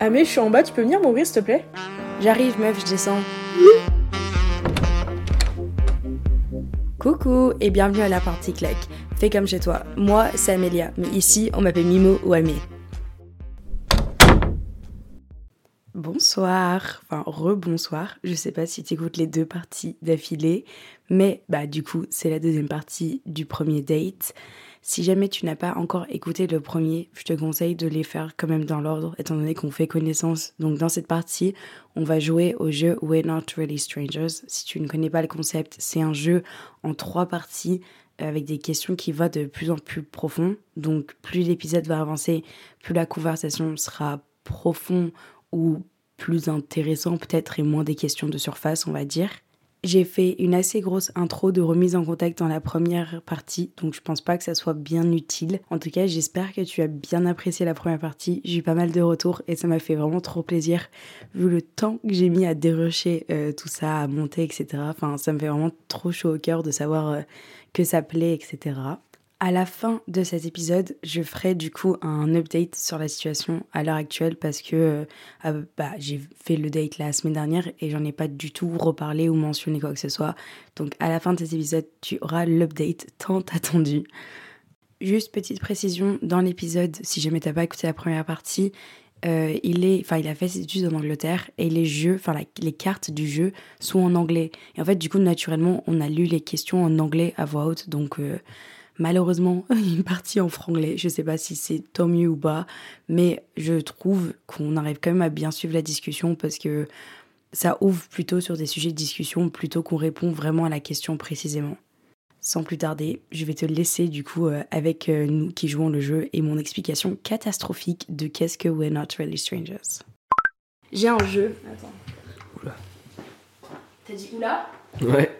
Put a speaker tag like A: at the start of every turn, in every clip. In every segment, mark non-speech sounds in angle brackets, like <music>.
A: Ah mais je suis en bas, tu peux venir m'ouvrir s'il te plaît
B: J'arrive, meuf, je descends. Coucou et bienvenue à la partie claque. Fais comme chez toi. Moi, c'est Amélia, mais ici, on m'appelle Mimo ou Amé. Bonsoir, enfin rebonsoir. Je sais pas si t'écoutes les deux parties d'affilée, mais bah du coup, c'est la deuxième partie du premier date. Si jamais tu n'as pas encore écouté le premier, je te conseille de les faire quand même dans l'ordre, étant donné qu'on fait connaissance. Donc dans cette partie, on va jouer au jeu We're Not Really Strangers. Si tu ne connais pas le concept, c'est un jeu en trois parties euh, avec des questions qui vont de plus en plus profond. Donc plus l'épisode va avancer, plus la conversation sera profonde ou plus intéressant peut-être et moins des questions de surface, on va dire. J'ai fait une assez grosse intro de remise en contact dans la première partie, donc je pense pas que ça soit bien utile. En tout cas, j'espère que tu as bien apprécié la première partie. J'ai eu pas mal de retours et ça m'a fait vraiment trop plaisir vu le temps que j'ai mis à dérocher euh, tout ça, à monter, etc. Enfin, ça me fait vraiment trop chaud au cœur de savoir euh, que ça plaît, etc. À la fin de cet épisode, je ferai du coup un update sur la situation à l'heure actuelle parce que euh, ah, bah, j'ai fait le date la semaine dernière et j'en ai pas du tout reparlé ou mentionné quoi que ce soit. Donc à la fin de cet épisode, tu auras l'update tant attendu. Juste petite précision, dans l'épisode, si jamais t'as pas écouté la première partie, euh, il est, enfin, il a fait ses études en Angleterre et les jeux, enfin, la- les cartes du jeu sont en anglais. Et en fait, du coup, naturellement, on a lu les questions en anglais à voix haute, donc euh, malheureusement, <laughs> une partie en franglais. Je sais pas si c'est tant mieux ou pas, mais je trouve qu'on arrive quand même à bien suivre la discussion parce que ça ouvre plutôt sur des sujets de discussion plutôt qu'on répond vraiment à la question précisément. Sans plus tarder, je vais te laisser du coup euh, avec euh, nous qui jouons le jeu et mon explication catastrophique de qu'est-ce que We're Not Really Strangers. J'ai un jeu. Attends.
C: Oula.
B: T'as dit oula
C: Ouais.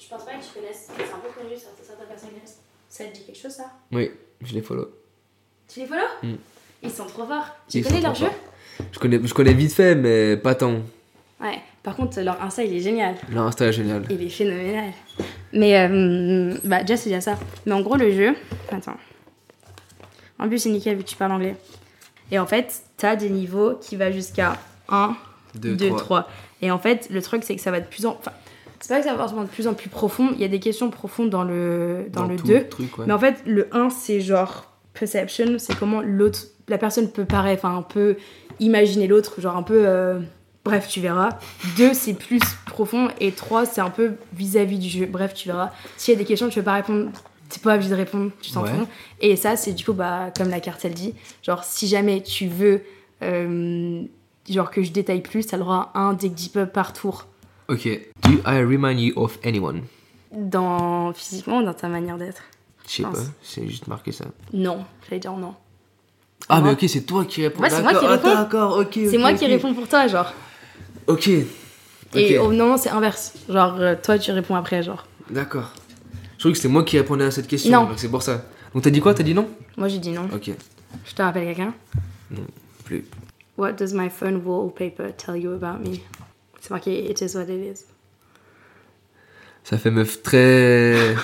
B: Je pense pas que tu connaisses. C'est un peu connu, certaines personnes connaissent. Ça te dit quelque chose ça
C: Oui, je les follow.
B: Tu les follow
C: Mm.
B: Ils sont trop forts. Tu
C: Ils
B: connais
C: sont
B: leur
C: trop
B: jeu
C: forts. je connais, je connais vite fait, mais pas tant.
B: Ouais. Par contre, leur Insta, il est génial.
C: Leur Insta est génial.
B: Il est phénoménal. Mais euh, bah, déjà, c'est déjà ça. Mais en gros, le jeu. Attends. En plus, c'est nickel vu que tu parles anglais. Et en fait, t'as des niveaux qui va jusqu'à 1, 2, 3. Et en fait, le truc, c'est que ça va de plus en. Enfin, c'est pas que ça va forcément de plus en plus profond. Il y a des questions profondes dans le, dans le
C: tout
B: 2.
C: truc, ouais.
B: Mais en fait, le 1, c'est genre perception, c'est comment l'autre, la personne peut paraître, enfin, peut imaginer l'autre, genre un peu. euh, bref, tu verras. 2, c'est plus profond. Et 3, c'est un peu vis-à-vis du jeu. Bref, tu verras. S'il y a des questions, tu peux pas répondre. T'es pas obligé de répondre, tu t'en
C: Ouais.
B: fous. Et ça, c'est du coup, bah, comme la carte, elle dit, genre, si jamais tu veux. euh, genre que je détaille plus, t'as le droit à un deck deep up par tour.
C: Ok. Do I remind you of anyone
B: Dans... Physiquement, dans ta manière d'être.
C: Je sais
B: Mince.
C: pas, c'est juste marqué ça.
B: Non, j'allais dire non.
C: Ah, mais
B: Moi.
C: ok, c'est toi qui réponds.
B: Ouais, c'est moi qui
C: D'accord,
B: réponds.
C: ah, D'accord, ok.
B: C'est moi qui réponds pour toi, genre.
C: Ok. Ok,
B: Et au non, c'est inverse. Genre, euh, toi, tu réponds après, genre.
C: d'accord. Je croyais que c'était moi qui répondais à cette question.
B: Non.
C: donc C'est pour ça. Donc t'as dit quoi T'as dit non
B: Moi, j'ai dit non.
C: Ok.
B: Je te rappelle quelqu'un.
C: Plus.
B: What does my phone wallpaper tell you about me? C'est marqué It is what it is.
C: Ça fait
B: <laughs>
C: meuf très.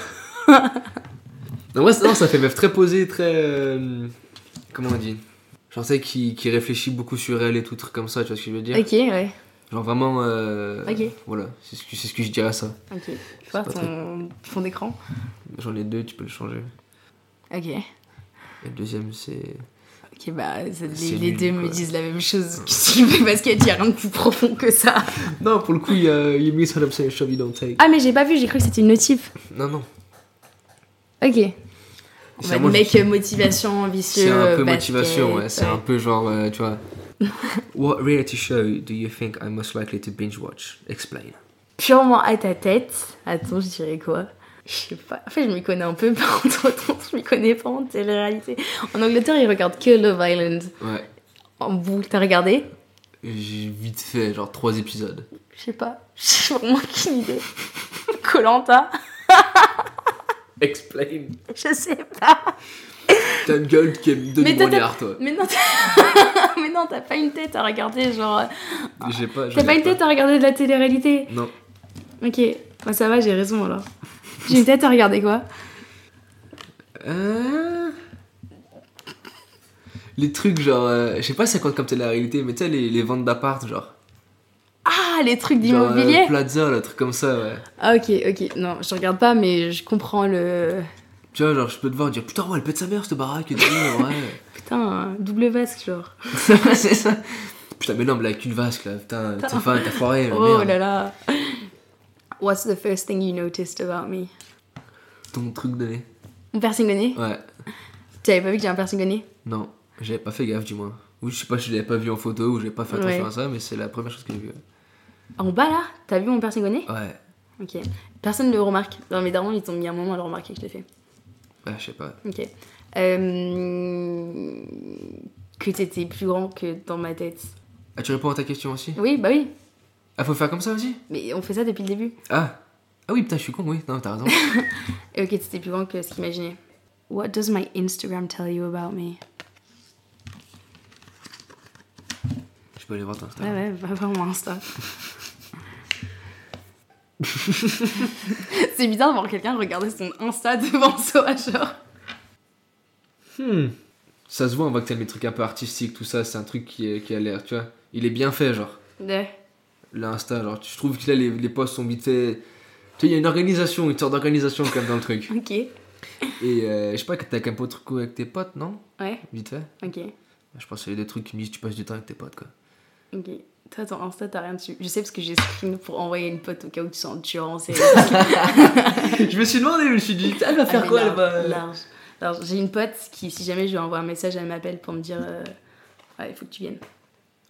C: non, moi, c'est- non, ça fait meuf très posée, très. euh, Comment on dit J'en sais qui, qui réfléchit beaucoup sur elle et tout, truc comme ça, tu vois ce que je veux dire
B: Ok, ouais.
C: Genre vraiment. euh,
B: Ok.
C: Voilà, c'est ce, que, c'est ce que je dirais à ça.
B: Ok. Tu vois
C: pas
B: ton fond d'écran?
C: J'en ai deux, tu peux le changer.
B: Ok.
C: Et le deuxième, c'est. <laughs>
B: Ok, bah, c'est- les,
C: C'est
B: les
C: nul,
B: deux me
C: quoi.
B: disent la même chose. Qu'est-ce qu'il fait parce qu'il y a rien de plus profond que ça.
C: Non, pour le coup, il y a You miss an obsession you don't take.
B: Ah, mais j'ai pas vu, j'ai cru que c'était une notif.
C: Non, non.
B: Ok. On va
C: C'est
B: le
C: moi, je-
B: mec euh, motivation, ambitieux.
C: C'est un peu
B: basket,
C: motivation, ouais. C'est
B: ouais.
C: un peu genre, euh,
B: <laughs>
C: tu vois. What reality show do you think I'm most likely to binge watch Explain.
B: purement à ta tête. Attends, je dirais quoi Je sais pas. En fait, je m'y connais un peu, <laughs> par contre, je m'y connais pas en télé-réalité. En Angleterre, ils regardent que Love Island.
C: Ouais.
B: En boucle, t'as regardé
C: J'ai vite fait, genre, trois épisodes.
B: Je sais pas. <laughs> J'ai vraiment aucune idée. <laughs> Colanta
C: Explain.
B: Je sais pas.
C: T'as une gueule qui aime de
B: Mais t'as-
C: brognard, toi.
B: Mais non, t'as- <laughs> mais non, t'as pas une tête à regarder, genre. euh,
C: J'ai pas. je
B: T'as pas
C: regarde
B: une tête hein à regarder de la télé-réalité.
C: Non.
B: Ok, bah ça va, j'ai raison alors. J'ai une tête à regarder quoi
C: Euh... les trucs genre. euh, je sais pas si ça compte comme c'est la réalité, mais tu sais, les, les ventes d'appart, genre.
B: Ah, les trucs
C: Genre, euh,
B: d'immobilier
C: Plaza, le truc comme ça, ouais.
B: Ah, ok, ok. Non, je regarde pas, mais je comprends le.
C: Tu vois, genre, je peux te voir dire putain, ouais, elle pète sa mère, cette baraque et
B: <laughs>
C: tout, ouais. <laughs>
B: Putain, double vasque, genre.
C: c'est ça. Putain, mais non, mais là, avec une vasque, là, putain, t'as faim, t'as foiré, la
B: Oh
C: Euh, merde.
B: là là. What's the first thing you noticed about me
C: Ton truc de nez.
B: Mon piercing de nez
C: Ouais,
B: T'avais pas vu que j'ai un piercing de nez
C: non, j'avais pas fait gaffe, du moins. Ou je sais pas, je l'avais pas vu en photo, ou j'ai pas fait attention
B: Ouais.
C: à ça, mais c'est la première chose que j'ai vue. ouais.
B: En bas là T'as vu mon piercing au nez
C: Ouais,
B: Ok. Personne ne le remarque. Dans mes darons, ils ont mis un moment à le remarquer que je l'ai fait.
C: ouais, je sais pas.
B: Ok. Euh, Que t'étais plus grand que dans ma tête.
C: Ah, tu réponds à ta question aussi
B: Oui, bah oui.
C: Ah, faut faire comme ça aussi
B: Mais on fait ça depuis le début.
C: Ah Ah oui, putain, je suis con, oui, non, t'as raison.
B: <laughs> Et ok, t'étais plus grand que ce qu'imaginais. What does my Instagram tell you about me
C: je peux aller voir ton Insta.
B: Ouais, ouais, va voir mon Insta. <laughs> C'est bizarre de voir quelqu'un regarder son Insta devant <laughs> soi, genre.
C: Hmm. Ça se voit, on voit que t'aimes les trucs un peu artistiques, tout ça, c'est un truc qui, est- qui a l'air, tu vois. Il est bien fait, genre.
B: De...
C: L'Insta, genre, je trouve que là, les, les posts sont vite faits. Tu sais, il y a une organisation, une sorte d'organisation quand même dans
B: <laughs>
C: le truc.
B: Ok.
C: Et euh, je sais pas, t'as qu'un peu de truc avec tes potes, non
B: Ouais,
C: Vite fait
B: ok.
C: Je pense que c'est les deux trucs qui me disent tu passes du temps avec tes potes, quoi.
B: Ok. Toi, ton Insta, t'as rien dessus. Je sais parce que j'ai screen pour envoyer une pote au cas où tu sens tu es en <laughs> série.
C: <laughs> je me suis demandé, je me suis dit,
B: Ah,
C: elle va faire quoi, elle va.
B: Large. Large. J'ai une pote qui, si jamais je lui envoie un message, elle m'appelle pour me dire euh, Ouais, il faut que tu viennes.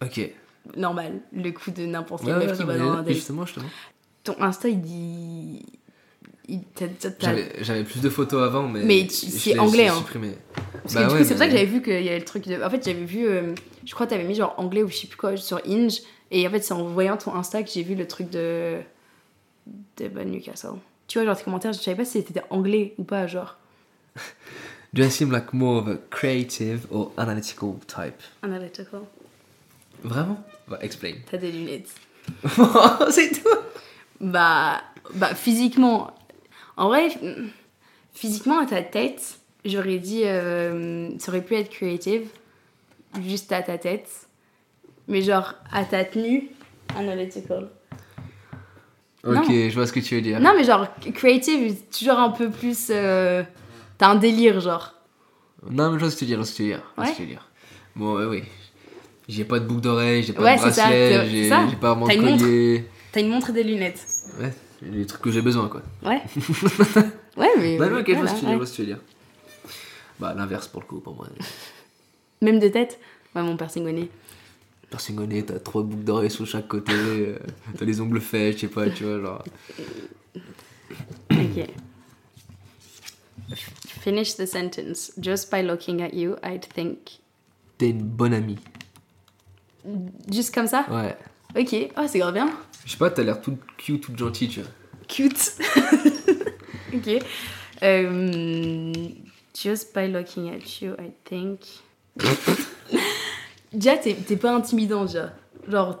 C: Ok. Ouais,
B: Normal, le coup de n'importe quelle
C: ouais,
B: meuf qui
C: non,
B: va
C: mais
B: dans un date.
C: justement, justement.
B: Ton Insta, il dit. il- t'as- t'as- t'as-
C: J'avais j'avais plus de photos avant, mais.
B: Mais
C: je-
B: tu-
C: je
B: c'est
C: l'ai- je l'ai
B: anglais, hein.
C: supprimé.
B: Parce
C: Bah
B: que du
C: ouais,
B: coup, c'est pour ça que
C: mais-
B: j'avais vu qu'il y avait le truc de. En fait, j'avais vu. euh, je crois que t'avais mis genre anglais ou je sais plus quoi sur Inge. Et en fait, c'est en voyant ton Insta que j'ai vu le truc de. de bah, Newcastle. Tu vois, genre tes commentaires, je savais pas si c'était anglais ou pas, genre.
C: Do I seem like more of a creative or analytical type
B: Analytical.
C: Vraiment Bah, explain. <laughs>
B: T'as des lunettes.
C: c'est tout
B: Bah. Bah, physiquement. En vrai, mm, physiquement, à ta tête, j'aurais dit. euh, ça aurait pu être creative. Juste à ta tête. Mais genre, à ta tenue, analytical.
C: Ok,
B: Non.
C: je vois ce que tu veux dire.
B: Non, mais genre, creative, c'est toujours un peu plus. euh, T'as un délire, genre.
C: Non, mais je vois ce que tu veux dire, je vois ce que tu veux dire. je vois ce que tu veux dire. Bon, ouais, oui. J'ai pas de boucle d'oreille, j'ai pas
B: Ouais,
C: de
B: c'est ça,
C: bracelet,
B: c'est-
C: j'ai
B: c'est ça.
C: j'ai pas vraiment
B: T'as
C: de
B: une montre.
C: collier.
B: T'as une montre et des lunettes.
C: Ouais, j'ai les trucs que j'ai besoin, quoi.
B: <laughs> Ouais. ouais, mais.
C: Bah, non, ok, je vois
B: voilà,
C: ce que tu veux dire, je
B: ouais.
C: vois ce que tu veux dire. Bah, l'inverse pour le coup, pour moi.
B: Même de tête. Ouais, mon piercing au nez.
C: Piercing au nez, t'as trois boucles d'oreilles sur chaque côté, euh, t'as les ongles faits, je sais pas, tu vois, genre.
B: Ok. Finish the sentence. Just by looking at you, I'd think.
C: T'es une bonne amie.
B: Juste comme ça
C: Ouais.
B: Ok. Oh, c'est grave bien.
C: Je sais pas, t'as l'air toute cute, toute gentille, tu vois.
B: Cute. <laughs> ok. Euh, just by looking at you, I think. <laughs> déjà, t'es t'es pas intimidant, déjà. Genre,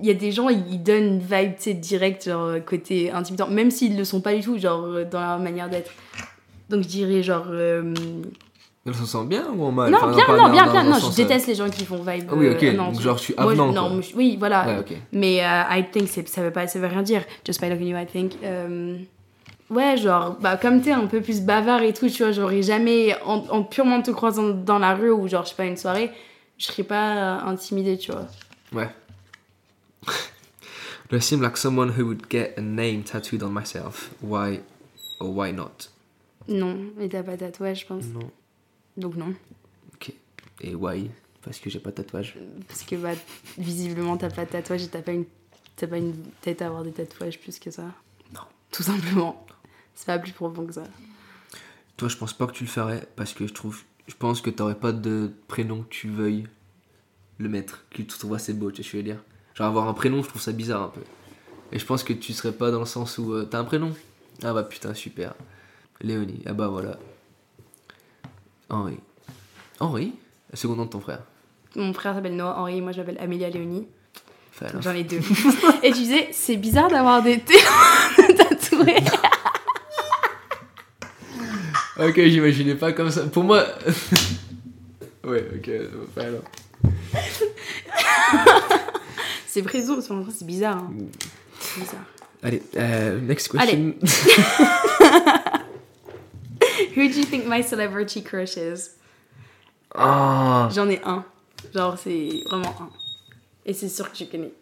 B: il y a des gens, ils donnent une vibe, tu sais, direct, genre, côté intimidant, même s'ils le sont pas du tout, genre, euh, dans leur manière d'être. Donc, je dirais, genre. euh,
C: Elle se sent bien ou en mal
B: Non,
C: Enfin,
B: bien,
C: pas-
B: non, bien,
C: dans
B: bien.
C: le
B: Non,
C: sens,
B: je
C: euh,
B: déteste les gens qui font vibe.
C: Ah oui,
B: euh,
C: ok,
B: non,
C: donc
B: je-
C: genre je suis
B: moi, je-
C: avenant.
B: non,
C: quoi.
B: moi, je- oui, voilà.
C: Ouais, ok.
B: Mais euh, I think, c'est- ça veut, pas, ça veut rien dire. Just by looking you, I think. Euh, ouais, genre, bah, comme t'es un peu plus bavard et tout, tu vois, j'aurais jamais, en, en purement te croisant dans la rue ou genre, je sais pas, une soirée, je serais pas intimidée, tu vois.
C: Ouais. <laughs> Do I seem like someone who would get a name tattooed on myself? Why or why not?
B: Non, mais t'as pas de tatouage, je pense.
C: Non.
B: Donc non.
C: Ok. Et why? Parce que j'ai pas de tatouage.
B: Parce que, bah, visiblement, t'as pas de tatouage et t'as pas, une... t'as pas une tête à avoir des tatouages plus que ça. Non. Tout simplement. C'est pas plus profond que ça.
C: Toi, je pense pas que tu le ferais parce que je trouve. Je pense que t'aurais pas de prénom que tu veuilles le mettre, que tu trouves assez beau, tu sais, je veux dire. Genre avoir un prénom, je trouve ça bizarre un peu. Et je pense que tu serais pas dans le sens où. euh, T'as un prénom? Ah bah putain, super. Léonie, ah bah voilà. Henri. Henri? Le second nom de ton frère.
B: Mon frère s'appelle Noah Henri, moi je m'appelle Amélia Léonie.
C: Fais
B: Donc,
C: alors.
B: J'en ai deux. <laughs> Et tu disais, c'est bizarre d'avoir des t- <laughs> tatoués.
C: Ok, j'imaginais pas comme ça. Pour moi. <laughs> Ouais, ok, euh, pas alors.
B: C'est prison, c'est en vrai, c'est bizarre. hein. C'est bizarre.
C: Allez, euh, next question.
B: Allez. Who do you think my celebrity crush is?
C: Ah,
B: J'en ai un. Genre, c'est vraiment un. Et c'est sûr que je connais.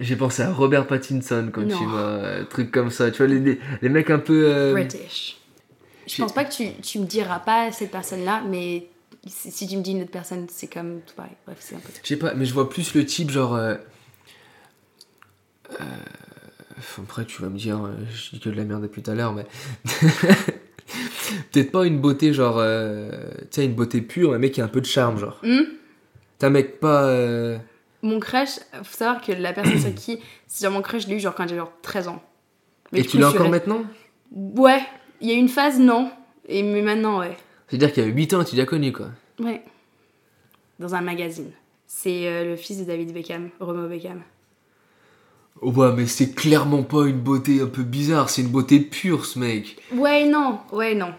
C: j'ai pensé à Robert Pattinson quand
B: Non.
C: tu m'as. euh, truc comme ça, tu vois, les, les, les mecs un peu. euh,
B: British. Je
C: j'ai-
B: pense pas que tu, tu me diras pas cette personne-là, mais si si tu me dis une autre personne, c'est comme tout pareil. Bref, c'est un peu.
C: Je sais pas, mais je vois plus le type genre. euh, euh, Après, tu vas me dire, euh, je dis que de la merde depuis tout à l'heure, mais. <laughs> Peut-être pas une beauté genre. euh, Tu sais, une beauté pure, mais mec qui a un peu de charme, genre.
B: Hmm.
C: T'as un mec pas. euh,
B: Mon crush, faut savoir que la personne sur qui. C'est genre mon crush, je l'ai eu genre quand j'avais genre 13 ans. Mais
C: Et
B: du
C: tu
B: coup,
C: l'as
B: je suis
C: encore
B: restée-
C: maintenant
B: Ouais, il y a une phase, non. Et, mais maintenant, ouais.
C: C'est-à-dire qu'il y a 8 ans, tu l'as connu, quoi.
B: Ouais. Dans un magazine. C'est euh, le fils de David Beckham, Romo Beckham.
C: Oh bah, mais c'est clairement pas une beauté un peu bizarre, c'est une beauté pure, ce mec.
B: Ouais, non, ouais, non.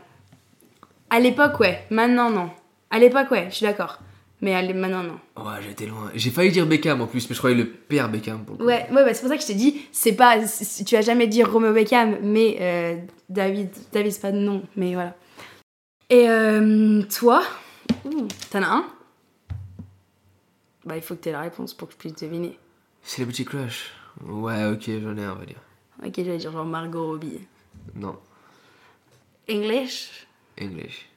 B: À l'époque, ouais. Maintenant, non. À l'époque, ouais, je suis d'accord. Mais à l'é- maintenant, non.
C: Ouais, j'étais loin. J'ai failli dire Beckham en plus, mais je croyais le père Beckham pour le coup.
B: Ouais, ouais, bah, c'est pour ça que je t'ai dit, c'est pas. c- c- Tu as jamais dit Romeo Beckham, mais euh, David. David, c'est pas de nom, mais voilà. Et euh, toi Ouh, T'en as un Bah, il faut que t'aies la réponse pour que je puisse deviner.
C: C'est le petit crush. Ouais, ok, j'en ai un, on va dire.
B: Ok, j'allais dire genre Margot Robbie.
C: Non,
B: English
C: English.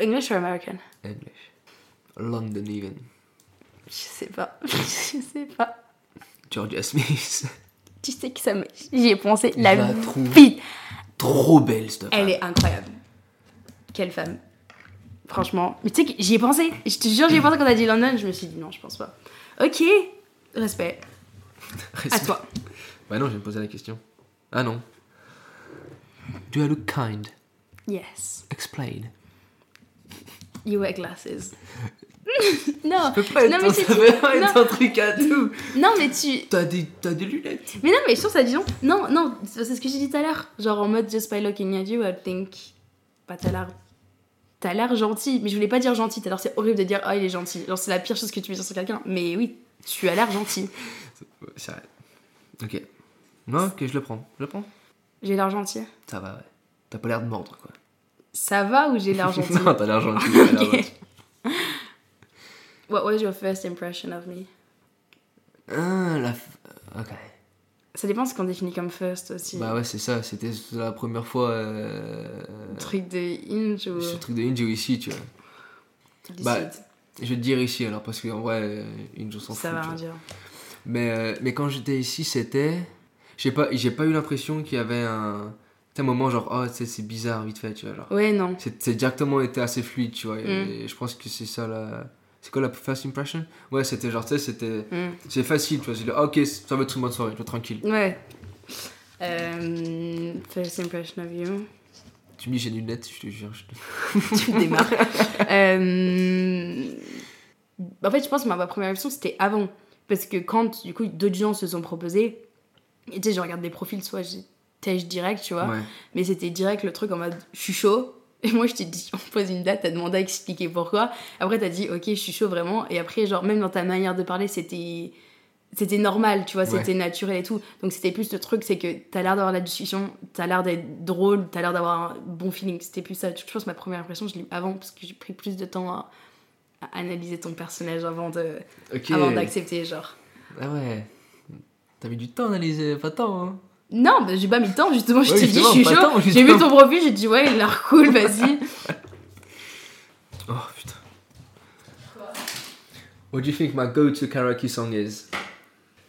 B: English or American
C: English. London even.
B: Je sais pas. <laughs> je sais pas.
C: Georgia Smith. <laughs>
B: Tu sais que ça me. J'y ai pensé la
C: Je la
B: vie.
C: trouve Trop belle cette femme.
B: Elle est incroyable. Quelle femme. Franchement. Mais tu sais que j'y ai pensé. Je te jure, j'y ai pensé quand t'as dit London. Je me suis dit non, je pense pas. Ok. Respect. À toi.
C: Bah non, je vais me poser la question. Ah non. Do I look kind?
B: Yes.
C: Explain.
B: You wear glasses. <laughs> non.
C: Ça peut pas être,
B: non, mais
C: hein, ça
B: c'est-
C: peut pas être
B: non.
C: un truc à tout.
B: non, mais tu.
C: T'as des, t'as des lunettes.
B: Mais non, mais sur ça, disons. Non, non, c'est c'est ce que j'ai dit tout à l'heure. Genre en mode just by looking at you, I think. Bah, t'as l'air. T'as l'air gentil. Mais je voulais pas dire gentil. T'as l'air, c'est horrible de dire oh, il est gentil. Genre, c'est la pire chose que tu peux dire sur quelqu'un. Mais oui, tu as l'air gentil.
C: Ouais, Ça... Ok. Non, ok, je le prends. Je le prends.
B: J'ai l'air gentil.
C: Ça va, ouais. T'as pas l'air de mordre, quoi.
B: Ça va ou j'ai
C: <laughs>
B: l'air gentil
C: non, t'as l'air gentil. t'as l'air
B: <laughs> Ok.
C: gentil.
B: What was your first impression of me?
C: Ah, la... f- Ok.
B: Ça dépend ce qu'on définit comme first aussi.
C: Bah ouais, c'est ça, c'était la première fois euh,
B: Truc de hinge ou.
C: ce truc de Inge ou ici, tu vois.
B: tu décides.
C: bah, Je vais te dire ici alors, parce qu'en vrai, euh, Inge, on s'en fout.
B: ça va
C: tu
B: rien
C: vois.
B: dire.
C: Mais, euh, mais quand j'étais ici, c'était. Je sais pas, j'ai pas eu l'impression qu'il y avait un. tu sais, un moment genre, oh, tu sais, c'est bizarre, vite fait, tu vois. Genre.
B: Ouais, non.
C: C'est c'est directement été assez fluide, tu vois.
B: Mm.
C: Et je pense que c'est ça la. C'est quoi la first impression Ouais, c'était genre, tu sais, c'était.
B: Hmm.
C: C'est facile, tu vois. C'est le, ah, ok, ça va être une bonne soirée, tu vois, tranquille.
B: Ouais. Euh, first impression of you.
C: Tu me dis, j'ai une lunette, je te jure. je te-
B: <laughs> tu me démarres. <laughs> Euh, En fait, je pense que ma ma première impression, c'était avant. Parce que quand, du coup, d'autres gens se sont proposés, et tu sais, je regarde des profils, soit je tèche direct, tu vois.
C: Ouais.
B: Mais c'était direct le truc en mode je suis chaud. <laughs> Et moi je t'ai dit, on pose une date, t'as demandé à expliquer pourquoi. Après t'as dit, ok, je suis chaud vraiment. Et après, genre, même dans ta manière de parler, c'était. C'était normal, tu vois,
C: Ouais.
B: c'était naturel et tout. Donc c'était plus le truc, c'est que t'as l'air d'avoir la discussion, t'as l'air d'être drôle, t'as l'air d'avoir un bon feeling. C'était plus ça. Je pense que ma première impression, je l'ai eu avant, parce que j'ai pris plus de temps à, à analyser ton personnage avant de
C: Ok.
B: avant d'accepter, genre.
C: Ah ouais. T'as mis du temps à analyser, pas tant, hein.
B: Non, bah, j'ai pas mis le temps, justement, je
C: Ouais,
B: t'ai dit, je
C: justement,
B: suis
C: pas
B: chaud.
C: le temps,
B: J'ai
C: justement.
B: vu ton profil, j'ai dit, ouais, il a l'air cool,
C: <laughs>
B: vas-y.
C: Oh putain. What do you think my go-to karaoke song is?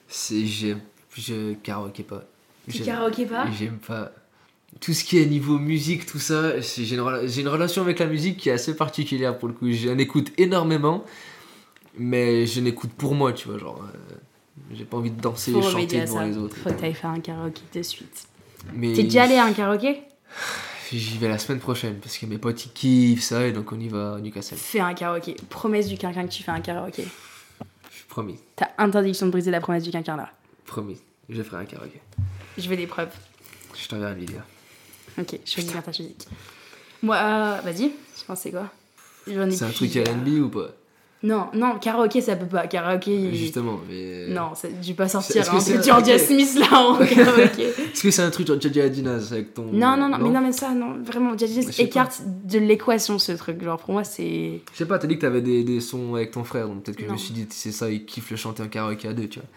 C: C'est j'aime je karaoke pas.
B: Tu
C: J'aime-
B: karaoké pas
C: J'aime pas. Tout ce qui est niveau musique, tout ça, c'est- j'ai une, rela- j'ai une relation avec la musique qui est assez particulière pour le coup. J'en écoute énormément, mais je n'écoute pour moi, tu vois, genre. euh, j'ai pas envie de danser
B: Faut
C: et chanter
B: remédier à
C: devant
B: ça.
C: les autres.
B: Faut que t'ailles faire un karaoké de suite.
C: Mais
B: T'es déjà allé à un karaoké
C: J'y vais la semaine prochaine parce que mes potes ils kiffent ça et donc on y va à Newcastle.
B: Fais un karaoké. Promesse du quinquin que tu fais un karaoké.
C: Promis,
B: T'as interdiction de briser la promesse du quinquin là.
C: promis, je ferai un karaoké.
B: Je veux des preuves.
C: Je t'enverrai une vidéo.
B: Ok, je choisis bien ta musique. Moi, euh, vas-y, je pensais quoi J'en ai
C: C'est un
B: plus,
C: truc
B: euh,
C: RB ou pas
B: Non, non, karaoké ça peut pas. Karaoké. il-
C: Justement, mais. euh,
B: Non, ça- tu peux pas
C: Est-ce
B: sortir
C: que
B: un
C: c'est-
B: peu Georgia
C: ok.
B: Smith là
C: <laughs>
B: en karaoké.
C: Est-ce que c'est un truc genre Jadja Adinaz avec ton.
B: Non, non, non, mais non, mais ça, non, vraiment, Jadis
C: Je sais pas.
B: écarte de l'équation ce truc. Genre, pour moi, c'est.
C: Je sais pas, t'as dit que t'avais des, des sons avec ton frère, donc peut-être que je
B: Non.
C: me suis dit, c'est ça, il kiffe le chanter en karaoké à deux, tu vois.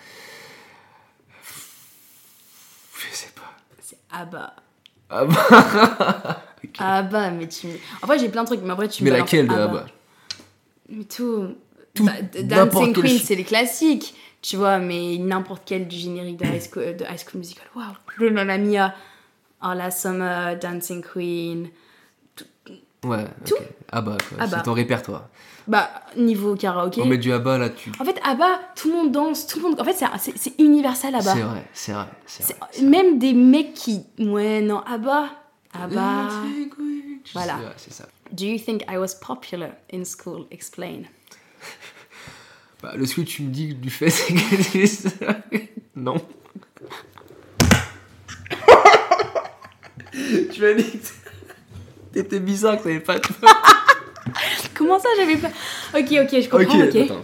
C: Je sais pas.
B: C'est Abba.
C: Ah bah. Ok.
B: Abba, Ah bah, mais tu. En vrai, j'ai plein de trucs, mais après, tu me
C: mais
B: balances Ah bah,
C: laquelle de là-bas
B: Mais tout.
C: Tout,
B: Bah, d-
C: n'importe
B: Dancing
C: quel
B: Queen,
C: ch-
B: c'est les classiques, tu vois, mais n'importe quel du générique de High School, de High School Musical. Waouh, le Mamma Mia, Oh la Summer, Dancing Queen.
C: Ouais,
B: Tout.
C: ok. Abba, quoi.
B: Abba.
C: C'est ton répertoire.
B: Bah, niveau karaoké.
C: On met du Abba là, tu.
B: En fait, Abba, tout le monde danse, tout le monde. En fait, c'est- c'est c'est universel Abba.
C: C'est vrai, c'est vrai. C'est vrai.
B: C'est- Même des mecs qui. Ouais, non, Abba.
C: <laughs>
B: Abba. Ah bah. Voilà.
C: Voilà. C'est ça.
B: Do you think I was popular in school? Explain.
C: Bah, le ce que tu me dis du fait, c'est que c'est ça. Non. <laughs> tu m'as dit que t'étais bizarre, que t'avais pas de
B: Ah Comment ça, j'avais pas. Ok, ok, je
C: <laughs>
B: comprends, ok.
C: attends.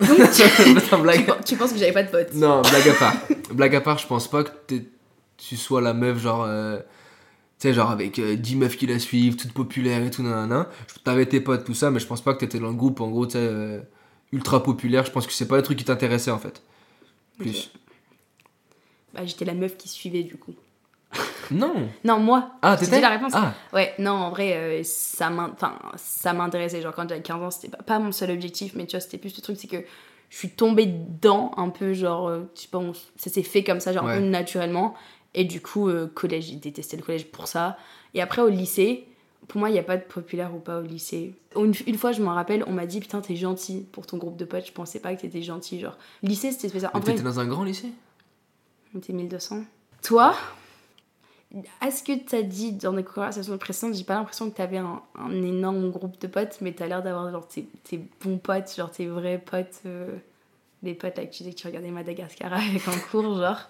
B: Donc, tu-
C: <laughs> Attends, blague.
B: tu, tu penses que j'avais pas de potes
C: Non, blague à part. blague à part, je pense pas que t'es- tu sois la meuf genre. euh, Tu sais, genre avec euh, 10 meufs qui la suivent, toute populaire et tout, nanana. Je- T'avais tes potes, tout ça, mais je pense pas que t'étais dans le groupe, en gros, tu sais, euh, ultra populaire. Je pense que c'est pas le truc qui t'intéressait en fait. Plus.
B: Bah, j'étais la meuf qui suivait du coup.
C: Non
B: Non, moi.
C: Ah,
B: J'ai
C: t'étais
B: dit la réponse.
C: Ah,
B: Ouais, non, en vrai, euh, ça m'in- enfin, ça m'intéressait. Genre, quand j'avais 15 ans, c'était pas, pas mon seul objectif, mais tu vois, c'était plus le truc, c'est que je suis tombée dedans un peu, genre, euh, je sais pas, on- ça s'est fait comme ça, genre,
C: Ouais.
B: naturellement. Et du coup, euh, collège, j'ai détesté le collège pour ça. Et après, au lycée, pour moi, il n'y a pas de populaire ou pas au lycée. Une, une fois, je m'en rappelle, on m'a dit, putain, t'es gentil pour ton groupe de potes, je pensais pas que t'étais gentil. Genre, lycée, c'était spécial. En
C: mais
B: vrai,
C: t'étais dans un grand lycée
B: on était 1200. Toi, est-ce que t'as dit dans des conversations précédentes, j'ai pas l'impression que t'avais un, un énorme groupe de potes, mais t'as l'air d'avoir genre tes, tes bons potes, genre tes vrais potes, euh, les potes là que tu disais que tu regardais Madagascar <laughs> avec en cours, genre.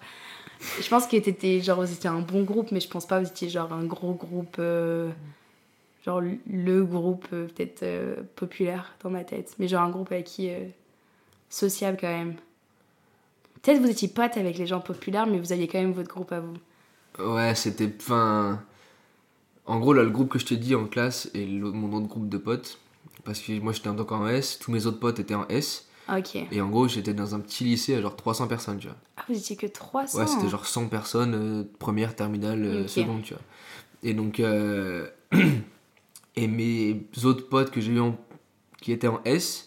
B: Je pense que t'étais genre vous étiez un bon groupe, mais je pense pas que vous étiez genre un gros groupe, euh, genre le- le groupe euh, peut-être euh, populaire dans ma tête, mais genre un groupe avec qui euh, sociable quand même. Peut-être vous étiez potes avec les gens populaires, mais vous aviez quand même votre groupe à vous.
C: Ouais, c'était. Enfin. En gros, là, le groupe que je te dis en classe et le- mon autre groupe de potes. Parce que moi j'étais donc en S, tous mes autres potes étaient en S.
B: Ok.
C: Et en gros, j'étais dans un petit lycée à genre 300 personnes, tu vois.
B: Ah, vous étiez que hein. 300
C: Ouais, c'était genre 100 personnes, euh, première, terminale, euh,
B: Ok.
C: seconde, tu vois. Et donc, euh, <clears throat> et mes autres potes que j'ai eu en- qui étaient en S,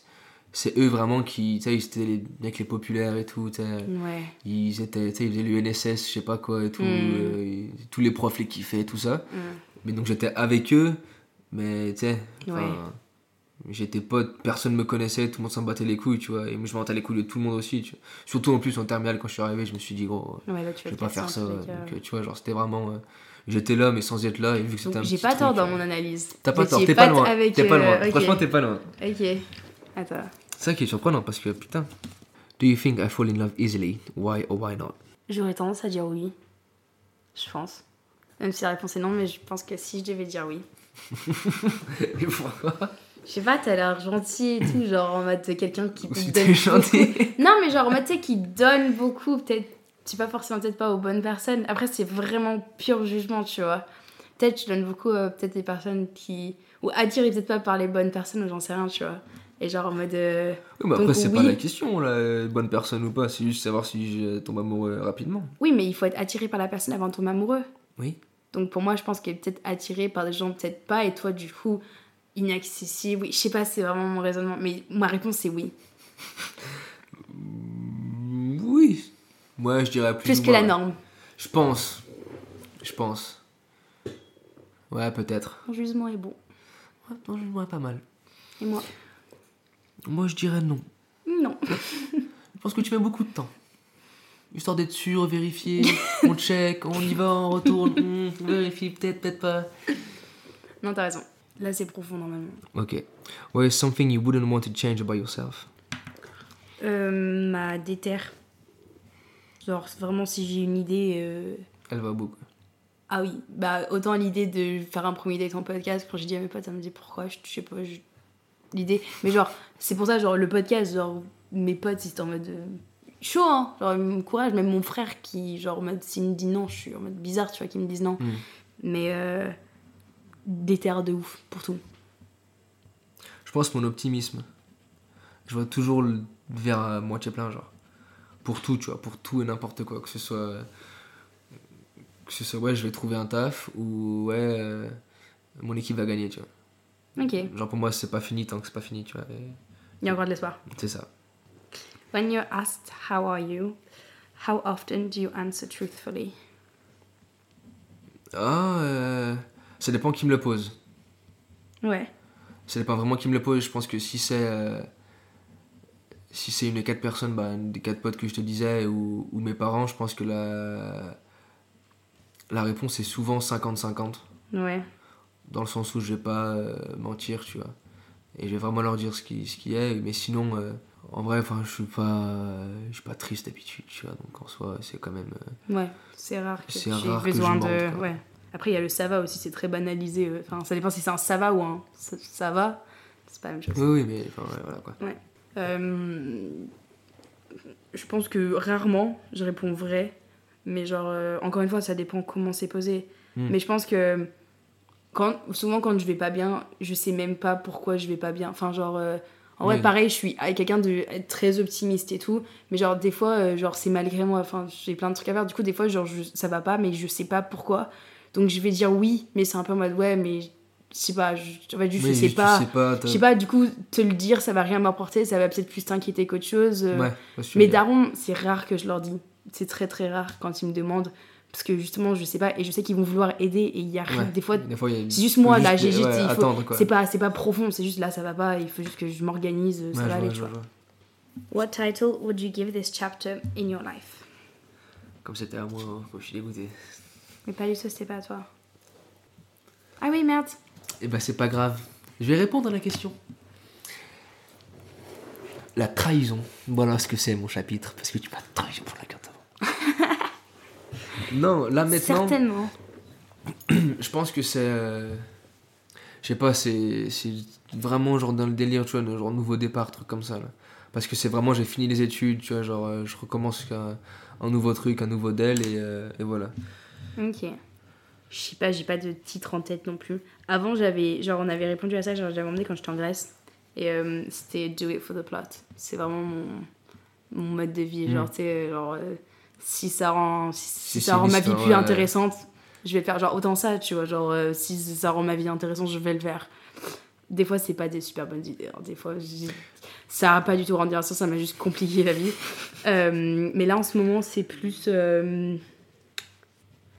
C: c'est eux vraiment qui, tu sais, ils étaient les- avec les populaires et tout, tu sais.
B: Ouais.
C: Ils étaient, tu sais, ils faisaient l'UNSS, je sais pas quoi et tout,
B: Mm.
C: euh, ils- tous les profs les kiffaient, tout ça.
B: Mm.
C: Mais donc j'étais avec eux, mais tu sais, enfin,
B: Ouais.
C: j'étais pote, personne me connaissait, tout le monde s'en battait les couilles, tu vois. Et moi, je m'en battais les couilles de tout le monde aussi, tu vois. Surtout en plus en terminale, quand je suis arrivé, je me suis dit, gros,
B: Ouais, là, tu
C: je
B: vas
C: vais
B: te
C: pas faire
B: casser
C: ça.
B: un
C: ouais.
B: truc, euh.
C: Donc, euh, tu vois, genre, c'était vraiment. euh, J'étais là, mais sans y être là, et vu que c'était un
B: Donc,
C: petit
B: j'ai pas
C: truc,
B: tort dans
C: euh,
B: mon analyse.
C: T'as pas
B: Vous
C: tort,
B: étiez
C: t'es pas
B: potes
C: loin.
B: avec,
C: T'es pas loin.
B: euh, ok.
C: Franchement, t'es pas loin.
B: Ok. Attends.
C: C'est ça qui est surprenant, parce que putain. Do you think I fall in love easily? Why or why not? <laughs>
B: J'aurais tendance à dire oui. Je pense. Même si la réponse est non, mais je pense que si je devais dire oui.
C: Et pourquoi?
B: Je sais pas, t'as l'air gentil et
C: <clears throat>
B: tout, genre en mode quelqu'un qui
C: Ou
B: te
C: si
B: donne
C: t'es gentil.
B: beaucoup. Non, mais genre en mode, tu sais, qui donne beaucoup, peut-être, tu sais pas forcément, peut-être pas aux bonnes personnes. Après, c'est vraiment pur jugement, tu vois. Peut-être tu donnes beaucoup, euh, peut-être des personnes qui. Ou attirées peut-être pas par les bonnes personnes, ou j'en sais rien, tu vois. Et genre en mode. euh,
C: Oui, mais après,
B: Donc,
C: c'est pas
B: oui.
C: la question, là, euh, bonne personne ou pas, c'est juste savoir si je tombe amoureux rapidement.
B: Oui, mais il faut être attiré par la personne avant de tomber amoureux.
C: Oui.
B: Donc pour moi, je pense qu'elle est peut-être attirée par des gens, peut-être pas, et toi, du coup, inaccessible. Oui, je sais pas, c'est vraiment mon raisonnement, mais ma réponse, c'est oui.
C: Mm, Oui. Moi, je dirais plus.
B: Plus
C: ou
B: que la
C: moins.
B: norme.
C: Je pense. Je pense. Ouais, peut-être.
B: Mon jugement est bon.
C: Ouais, non, je vois pas mal.
B: Et moi
C: Moi, je dirais non.
B: Non.
C: Je pense que tu mets beaucoup de temps. Histoire d'être sûr, <laughs> vérifier, on check, on y va, on retourne, <laughs> hmm, on vérifie, peut-être, peut-être pas.
B: Non, t'as raison. Là, c'est profond, normalement.
C: Ok. What is something you wouldn't want to change about yourself?
B: Euh, ma déterre. Genre, c'est vraiment, si j'ai une idée... euh,
C: Elle va beaucoup.
B: Ah oui, bah autant l'idée de faire un premier date en podcast, quand j'ai dit à mes potes, ça me dit pourquoi, je, je sais pas, je- l'idée. Mais genre, c'est pour ça, genre, le podcast, genre, mes potes, ils étaient en mode. euh, chaud, hein Genre, ils m'encouragent, même mon frère qui, genre, en mode, s'il me dit non, je suis en mode bizarre, tu vois, qu'il me dise non.
C: Mm.
B: Mais. Euh, des terres de ouf pour tout.
C: Je pense mon optimisme. Je vois toujours le verre à moitié plein, genre. Pour tout, tu vois, pour tout et n'importe quoi. Que ce soit. Que ce soit, ouais, je vais trouver un taf ou, ouais, euh, mon équipe va gagner, tu vois.
B: Ok, il
C: Genre, pour moi, c'est pas fini tant que c'est pas fini, tu vois. et
B: y a encore de l'espoir.
C: C'est ça.
B: When you're asked how are you, how often do you answer truthfully?
C: Ah, euh, ça dépend qui me le pose.
B: Ouais.
C: Ça dépend vraiment qui me le pose. Je pense que si c'est. euh, si c'est une des quatre personnes, bah, une des quatre potes que je te disais, ou, ou mes parents, je pense que la. La réponse est souvent 50-50.
B: Ouais.
C: Dans le sens où je vais pas euh, mentir, tu vois. Et je vais vraiment leur dire ce qui, ce qui est. Mais sinon, euh, en vrai, enfin, je suis pas. euh, je suis pas triste d'habitude, tu vois. Donc en soi, c'est quand même. euh,
B: Ouais, c'est rare que
C: C'est
B: j'ai
C: rare que
B: besoin
C: je
B: de.
C: mente, quoi.
B: ouais. Après, il y a le ça va aussi, c'est très banalisé. euh. Enfin, ça dépend si c'est un ça va ou un ça, ça va. C'est pas la même chose.
C: Oui, oui, mais enfin, ouais, voilà quoi.
B: Euh, je pense que rarement je réponds vrai, mais genre, euh, encore une fois, ça dépend comment c'est posé.
C: Hmm.
B: Mais je pense que quand, souvent, quand je vais pas bien, je sais même pas pourquoi je vais pas bien. Enfin, genre, euh, en vrai,
C: Ouais.
B: pareil, je suis avec quelqu'un de très optimiste et tout, mais genre, des fois, euh, genre, c'est malgré moi. Enfin, j'ai plein de trucs à faire. Du coup, des fois, genre, je- ça va pas, mais je sais pas pourquoi. Donc, je vais dire oui, mais c'est un peu en mode ouais, mais je sais pas, je, en fait, juste,
C: Oui,
B: je sais
C: tu
B: pas.
C: sais pas, t'as-
B: Je sais pas, du coup, te le dire, ça va rien m'apporter, ça va peut-être plus t'inquiéter qu'autre chose. euh,
C: Ouais, je suis-
B: mais daron, c'est rare que je leur dis. C'est très très rare quand ils me demandent. Parce que justement, je sais pas, et je sais qu'ils vont vouloir aider, et il y a rien.
C: Ouais.
B: Des fois,
C: Des fois, il y a-
B: c'est juste
C: faut
B: moi, là, j'ai
C: ouais,
B: juste. il faut-
C: attendre, quoi.
B: C'est pas, c'est pas profond, c'est juste là, ça va pas, il faut juste que je m'organise, ça
C: Ouais,
B: va
C: je
B: aller,
C: vois,
B: tu
C: je
B: vois.
C: vois.
B: What title would you give this chapter in your life
C: Comme c'était à moi, hein, je suis dégoûté.
B: Mais pas du tout, c'était pas à toi. Ah oui, merde
C: Et bah, c'est pas grave. Je vais répondre à la question. La trahison. Voilà ce que c'est mon chapitre, parce que tu m'as trahi pour la carte avant. <laughs> Ah, non, là maintenant,
B: Certainement.
C: je pense que c'est. euh, Je sais pas, c'est c'est vraiment genre dans le délire, tu vois, genre nouveau départ, truc comme ça. Là. Parce que c'est vraiment, j'ai fini les études, tu vois, genre euh, je recommence un, un nouveau truc, un nouveau DEL, et, euh, et voilà.
B: Ok. Je sais pas, j'ai pas de titre en tête non plus. Avant, j'avais, genre, on avait répondu à ça, genre, j'avais emmené quand j'étais en Grèce. Et euh, c'était do it for the plot. C'est vraiment mon, mon mode de vie.
C: Mm.
B: Genre, tu sais, genre, euh, si ça rend, si, si
C: Si
B: ça
C: c'est
B: rend ma vie
C: l'histoire,
B: plus
C: ouais.
B: intéressante, je vais faire genre autant ça, tu vois. Genre, euh, si ça rend ma vie intéressante, je vais le faire. Des fois, c'est pas des super bonnes idées. hein. Des fois, j'ai- ça a pas du tout rendu intéressant, ça m'a juste compliqué la vie. Euh, mais là, en ce moment, c'est plus. euh,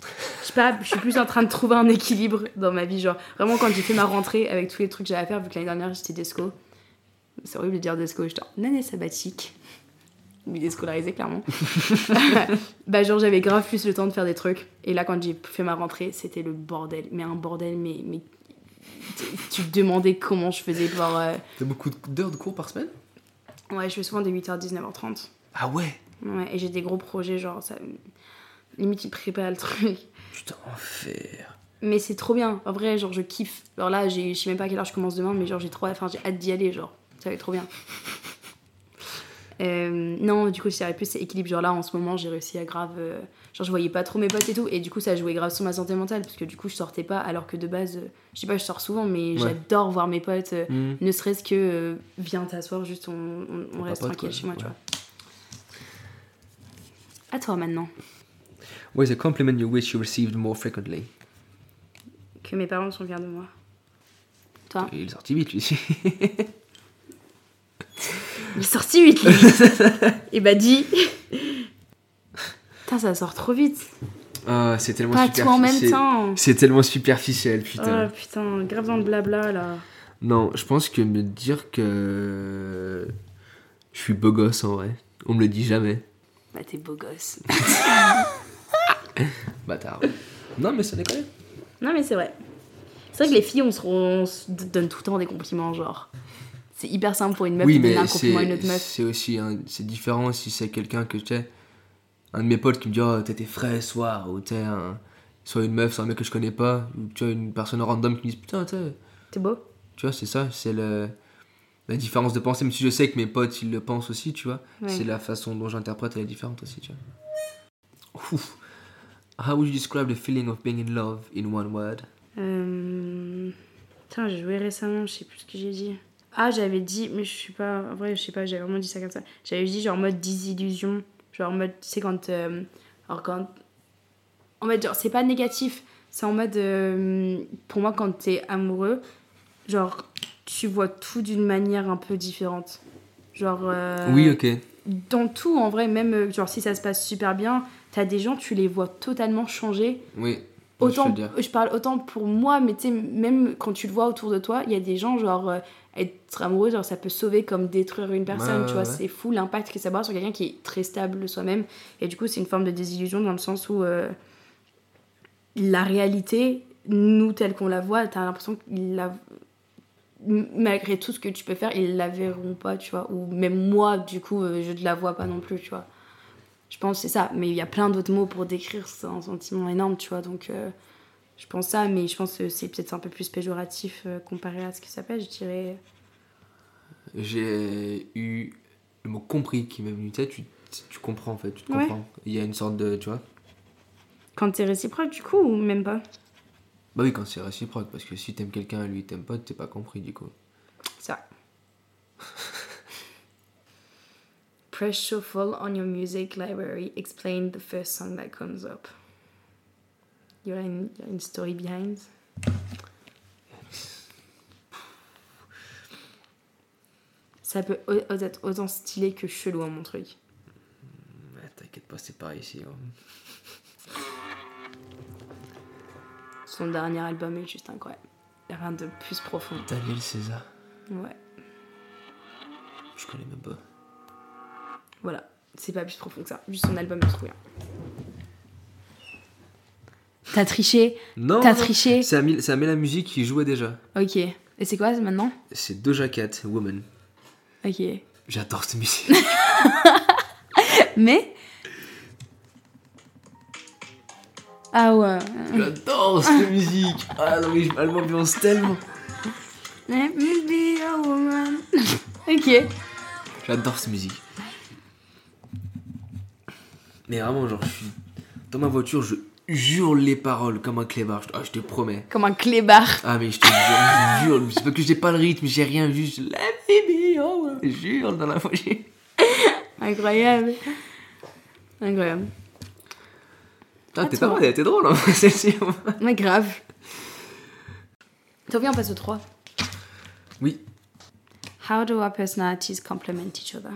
B: je sais pas, je suis plus en train de trouver un équilibre dans ma vie. Genre, vraiment, quand j'ai fait ma rentrée avec tous les trucs que j'avais à faire, vu que l'année dernière j'étais desco, c'est horrible de dire desco, j'étais en année sabbatique, mais déscolarisée clairement. bah, genre, j'avais grave plus le temps de faire des trucs. Et là, quand j'ai fait ma rentrée, c'était le bordel. Mais un bordel, mais. mais... Tu te demandais comment je faisais pour. euh,
C: T'as beaucoup de- d'heures de cours par semaine
B: Ouais, je fais souvent des 8h, 19h30.
C: Ah ouais
B: Ouais, et j'ai des gros projets, genre, ça. Limite, ils préparent le truc.
C: Putain, enfer.
B: Mais c'est trop bien, en vrai, genre je kiffe. Alors là, j'ai- je sais même pas à quelle heure je commence demain, mais genre j'ai trop, enfin j'ai hâte d'y aller, genre ça va être
C: <laughs>
B: trop bien. Euh, non, du coup, je dirais plus c'est équilibre. Genre là, en ce moment, j'ai réussi à grave. euh, genre, je voyais pas trop mes potes et tout, et du coup, ça jouait grave sur ma santé mentale parce que du coup, je sortais pas. Alors que de base, euh, je sais pas, je sors souvent, mais
C: Ouais.
B: j'adore voir mes potes. euh,
C: Hmm.
B: ne serait-ce que euh, viens t'asseoir, juste on, on- on
C: On
B: reste
C: papote,
B: tranquille
C: quoi.
B: chez moi, tu
C: Ouais.
B: vois. À toi maintenant.
C: What is a compliment you wish you received more frequently
B: Que mes parents sont fiers de moi. Toi,
C: Il est sorti vite, lui.
B: il est sorti 8
C: <laughs>
B: Et bah dis Putain, ça sort trop vite.
C: ah, c'est tellement
B: Pas tout en même
C: superficiel.
B: temps.
C: C'est tellement superficiel, putain.
B: Oh putain, grave dans le blabla là.
C: Non, je pense que me dire que je suis beau gosse en vrai. On me le dit jamais.
B: Bah t'es beau gosse.
C: Bâtard. non, mais ça déconne.
B: Non mais c'est vrai. C'est vrai que les filles, on se, on se donne tout le temps des compliments, genre. C'est hyper simple pour une meuf
C: oui,
B: de donner
C: mais
B: un compliment à une
C: c'est
B: autre meuf.
C: c'est aussi un- c'est différent si c'est quelqu'un que tu sais. Un de mes potes qui me dit oh, t'étais frais ce soir, ou t'es un- soit une meuf, soit un mec que je connais pas, ou tu vois, une personne random qui me dit putain, t'es.
B: T'es beau
C: Tu vois, c'est ça, c'est le. la différence de pensée, même si je sais que mes potes, ils le pensent aussi, tu vois.
B: Ouais.
C: C'est la façon dont j'interprète, elle est différente aussi, tu vois. Ouf. How would you describe the feeling of being in love in one word
B: Euh, Putain, j'ai joué récemment, je sais plus ce que j'ai dit. Ah, j'avais dit, mais je suis pas. En vrai, je sais pas, j'avais vraiment dit ça comme ça. J'avais dit genre en mode désillusion. Genre en mode, tu sais, quand. euh, Alors quand. En mode, genre, c'est pas négatif. C'est en mode. euh, Pour moi, quand t'es amoureux, genre, tu vois tout d'une manière un peu différente. Genre. euh,
C: Oui, ok.
B: Dans tout, en vrai, même euh, genre si ça se passe super bien, t'as des gens, tu les vois totalement changer.
C: Oui.
B: Autant,
C: je peux le dire.
B: je, parle autant pour moi, mais tu sais, même quand tu le vois autour de toi, il y a des gens, genre, euh, être amoureux, genre, ça peut sauver comme détruire une personne,
C: Ouais,
B: tu vois.
C: ouais, ouais.
B: C'est fou l'impact que ça peut avoir sur quelqu'un qui est très stable soi-même. Et du coup, c'est une forme de désillusion dans le sens où euh, la réalité, nous, telle qu'on la voit, t'as l'impression qu'ils la. M- Malgré tout ce que tu peux faire, ils la verront pas, tu vois. Ou même moi, du coup, euh, je ne la vois pas non plus, tu vois. Je pense que c'est ça, mais il y a plein d'autres mots pour décrire c'est un sentiment énorme, tu vois. Donc euh, je pense ça, mais je pense que c'est peut-être un peu plus péjoratif euh, comparé à ce que ça s'appelle, je dirais.
C: J'ai eu le mot compris qui m'est venu, tu sais, tu, tu comprends en fait, tu te
B: Ouais.
C: comprends. Il y a une sorte de, tu vois.
B: Quand c'est réciproque, du coup, ou même pas
C: Bah oui, quand c'est réciproque, parce que si t'aimes quelqu'un et lui il t'aime pas, t'es pas compris du coup.
B: Ça. Press shuffle on your music library. Explain the first song that comes up. Il y a une, il y a une story behind. Ça peut au- être autant stylé que chelou, hein, mon truc.
C: Ouais, T'inquiète pas, c'est pareil ici. hein.
B: Son dernier album est juste incroyable. Rien de plus profond.
C: Daniel César,
B: Ouais,
C: je connais même pas.
B: voilà. C'est pas plus profond que ça. Juste son album est trop bien. T'as triché
C: Non
B: T'as
C: non,
B: triché
C: Ça a, mis, ça a mis la musique qui jouait déjà.
B: Ok. Et c'est quoi maintenant
C: C'est Doja Cat, Woman.
B: Ok.
C: J'adore cette musique.
B: <laughs> Mais. Ah ouais.
C: J'adore cette musique. Ah non, mais je- elle m'ambiance tellement.
B: Let me be a woman. <laughs> ok.
C: J'adore cette musique. Mais vraiment, genre, je suis dans ma voiture, je jure les paroles comme un clébard. Je- Ah, je te promets.
B: Comme un clébard.
C: Ah, mais je te jure, je jure. C'est pas que j'ai pas le rythme, j'ai rien, juste la bébé. Oh, je jure dans la voiture.
B: Incroyable. Incroyable.
C: Putain, t'es pas
B: Attends.
C: mal, t'es drôle, hein, <laughs> celle-ci.
B: Mais grave. T'as bien, on passe au 3.
C: Oui,
B: How do our personalities complement each other?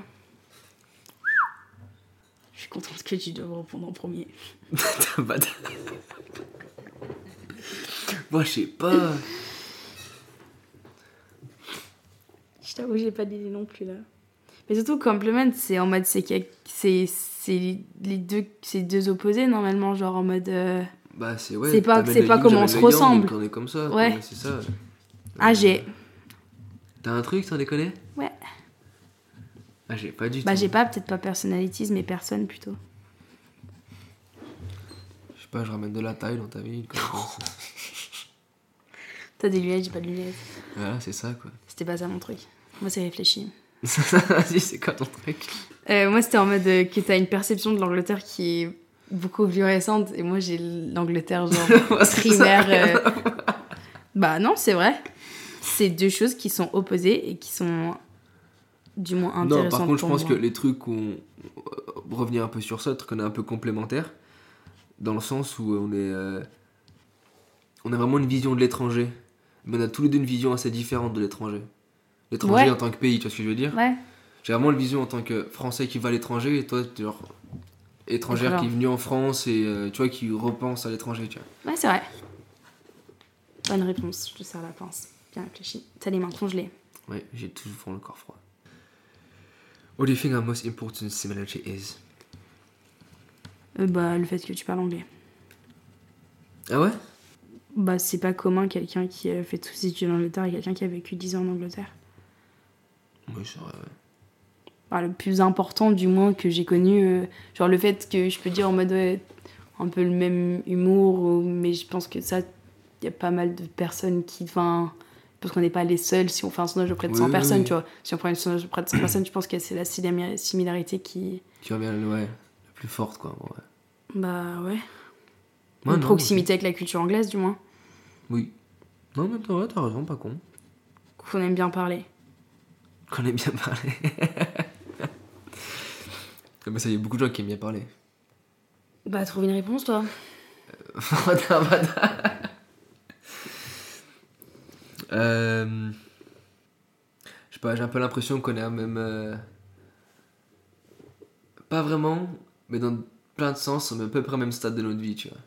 B: Je suis contente que tu dois me répondre en premier.
C: t'as pas de- <laughs> Moi, je sais pas.
B: Je t'avoue, j'ai pas d'idée non plus là. Mais surtout, complement, c'est en mode c'est quel- c'est c'est les deux c'est deux opposés normalement, genre en mode euh,
C: Bah, c'est ouais.
B: C'est pas-
C: t'amènes
B: c'est
C: le
B: pas
C: yin,
B: comment on
C: j'amène
B: se
C: le yang,
B: ressemble.
C: donc On est comme ça.
B: Ouais.
C: quoi, C'est ça.
B: ah j'ai
C: T'as un truc, t'en déconnes
B: Ouais.
C: Ah, j'ai pas du
B: bah
C: tout.
B: j'ai pas peut-être pas personalities mais personne plutôt.
C: Je sais pas, je ramène de la taille dans ta vie. quoi,
B: <laughs>
C: je pense.
B: T'as des lunettes, j'ai pas de lunettes.
C: voilà, c'est ça, quoi. <laughs>
B: C'était pas ça mon truc. Moi c'est réfléchi.
C: Vas-y, c'est quoi ton truc
B: Euh, moi c'était en mode euh, que t'as une perception de l'Angleterre qui est beaucoup plus récente et moi j'ai l'Angleterre genre
C: Moi, c'est
B: primaire.
C: ça, rien
B: euh, Bah non, c'est vrai. C'est deux choses qui sont opposées et qui sont du moins
C: à-
B: intéressantes.
C: Non, par contre, je
B: pour
C: pense que
B: moi.
C: les trucs, on... euh, revenir un peu sur ça, trucs qu'on est un peu complémentaires, dans le sens où on est. euh, On a vraiment une vision de l'étranger. Mais on a tous les deux une vision assez différente de l'étranger. L'étranger
B: Ouais.
C: en tant que pays, tu vois ce que je veux dire
B: Ouais,
C: J'ai vraiment le vision en tant que Français qui va à l'étranger et toi, t'es genre étrangère
B: Étrangère.
C: qui est venue en France et euh, tu vois qui repense à l'étranger, tu vois.
B: ouais c'est vrai. Bonne réponse, je te sers la pince. Bien réfléchi. T'as les mains congelées.
C: Ouais, j'ai toujours le corps froid. What do you think our most important similarity is
B: Euh, bah, le fait que tu parles anglais.
C: Ah ouais
B: Bah, c'est pas commun quelqu'un qui a fait tous ses études en Angleterre et quelqu'un qui a vécu 10 ans en Angleterre.
C: Oui, c'est vrai, ouais.
B: Enfin, le plus important, du moins, que j'ai connu. euh, genre, le fait que je peux dire en mode ouais, un peu le même humour, ou- mais je pense que ça, il y a pas mal de personnes qui. Enfin, pense qu'on n'est pas les seuls si on fait un sondage auprès de
C: Oui,
B: 100
C: oui,
B: personnes,
C: oui.
B: tu vois. Si on prend un sondage auprès de 100 personnes, je pense que c'est la silami- similarité qui.
C: Tu reviens, ouais, la plus forte, quoi. Ouais.
B: Bah ouais.
C: Ouais,
B: Une
C: non,
B: proximité avec la culture anglaise, du moins,
C: Oui. Non, mais t'as ouais, t'as raison, pas con.
B: qu'on aime bien parler.
C: Qu'on aime bien parler. <laughs> Comme ça, il y a beaucoup de gens qui aiment bien parler. <laughs>
B: Bah, trouve une réponse, toi.
C: Vada, vada. Euh, Je sais pas, j'ai un peu l'impression qu'on est à même. euh, Pas vraiment, mais dans plein de sens, on est à peu près au même stade de notre vie, tu vois.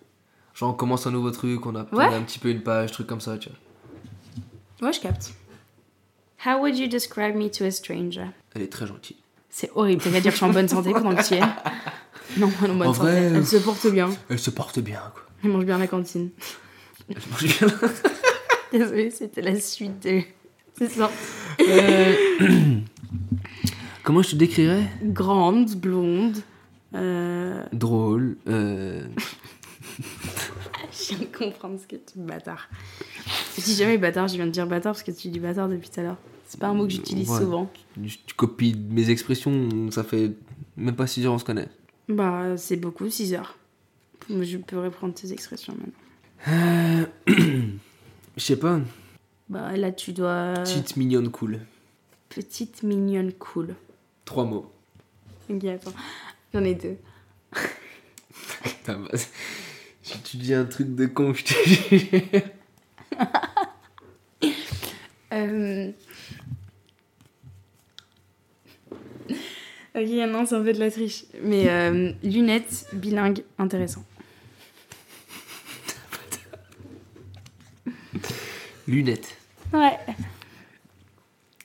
C: Genre, on commence un nouveau truc, on a, on
B: Ouais.
C: a un petit peu une page, truc comme ça, tu vois.
B: Ouais, je capte. How would you describe me to a stranger?
C: Elle est très gentille.
B: C'est horrible, t'as qu'à dire que je suis en bonne santé pendant que <laughs> tu y es. Non, elle est en bonne
C: En
B: santé.
C: vrai, euh,
B: Elle se porte bien,
C: Elle se porte bien, quoi. <laughs>
B: elle mange bien à la cantine.
C: Elle se porte bien.
B: <laughs> Désolée, c'était la suite de... C'est ça.
C: Euh, Comment je te décrirais
B: Grande, blonde. Euh...
C: Drôle. euh,
B: Je viens de comprendre ce que tu dis, bâtard. Je dis jamais bâtard, je viens de dire bâtard parce que tu dis bâtard depuis tout à l'heure. C'est pas un mot que j'utilise
C: Ouais.
B: souvent.
C: tu tu copies mes expressions, ça fait même pas si ans on se connaît.
B: Bah, c'est beaucoup, 6 heures. Mais Je peux reprendre tes expressions maintenant.
C: Euh, <clears throat> Je sais pas.
B: Bah, là, tu dois...
C: Petite, Euh. mignonne, cool.
B: Petite, mignonne, cool.
C: Trois mots.
B: Ok, attends. J'en ai deux.
C: Putain, bah, <laughs> c'est- tu- tu dis un truc de con, je te jure.
B: Euh... <laughs> Ok, non, c'est un peu de la triche. Mais euh, lunettes, bilingue, intéressant.
C: Lunettes.
B: Ouais.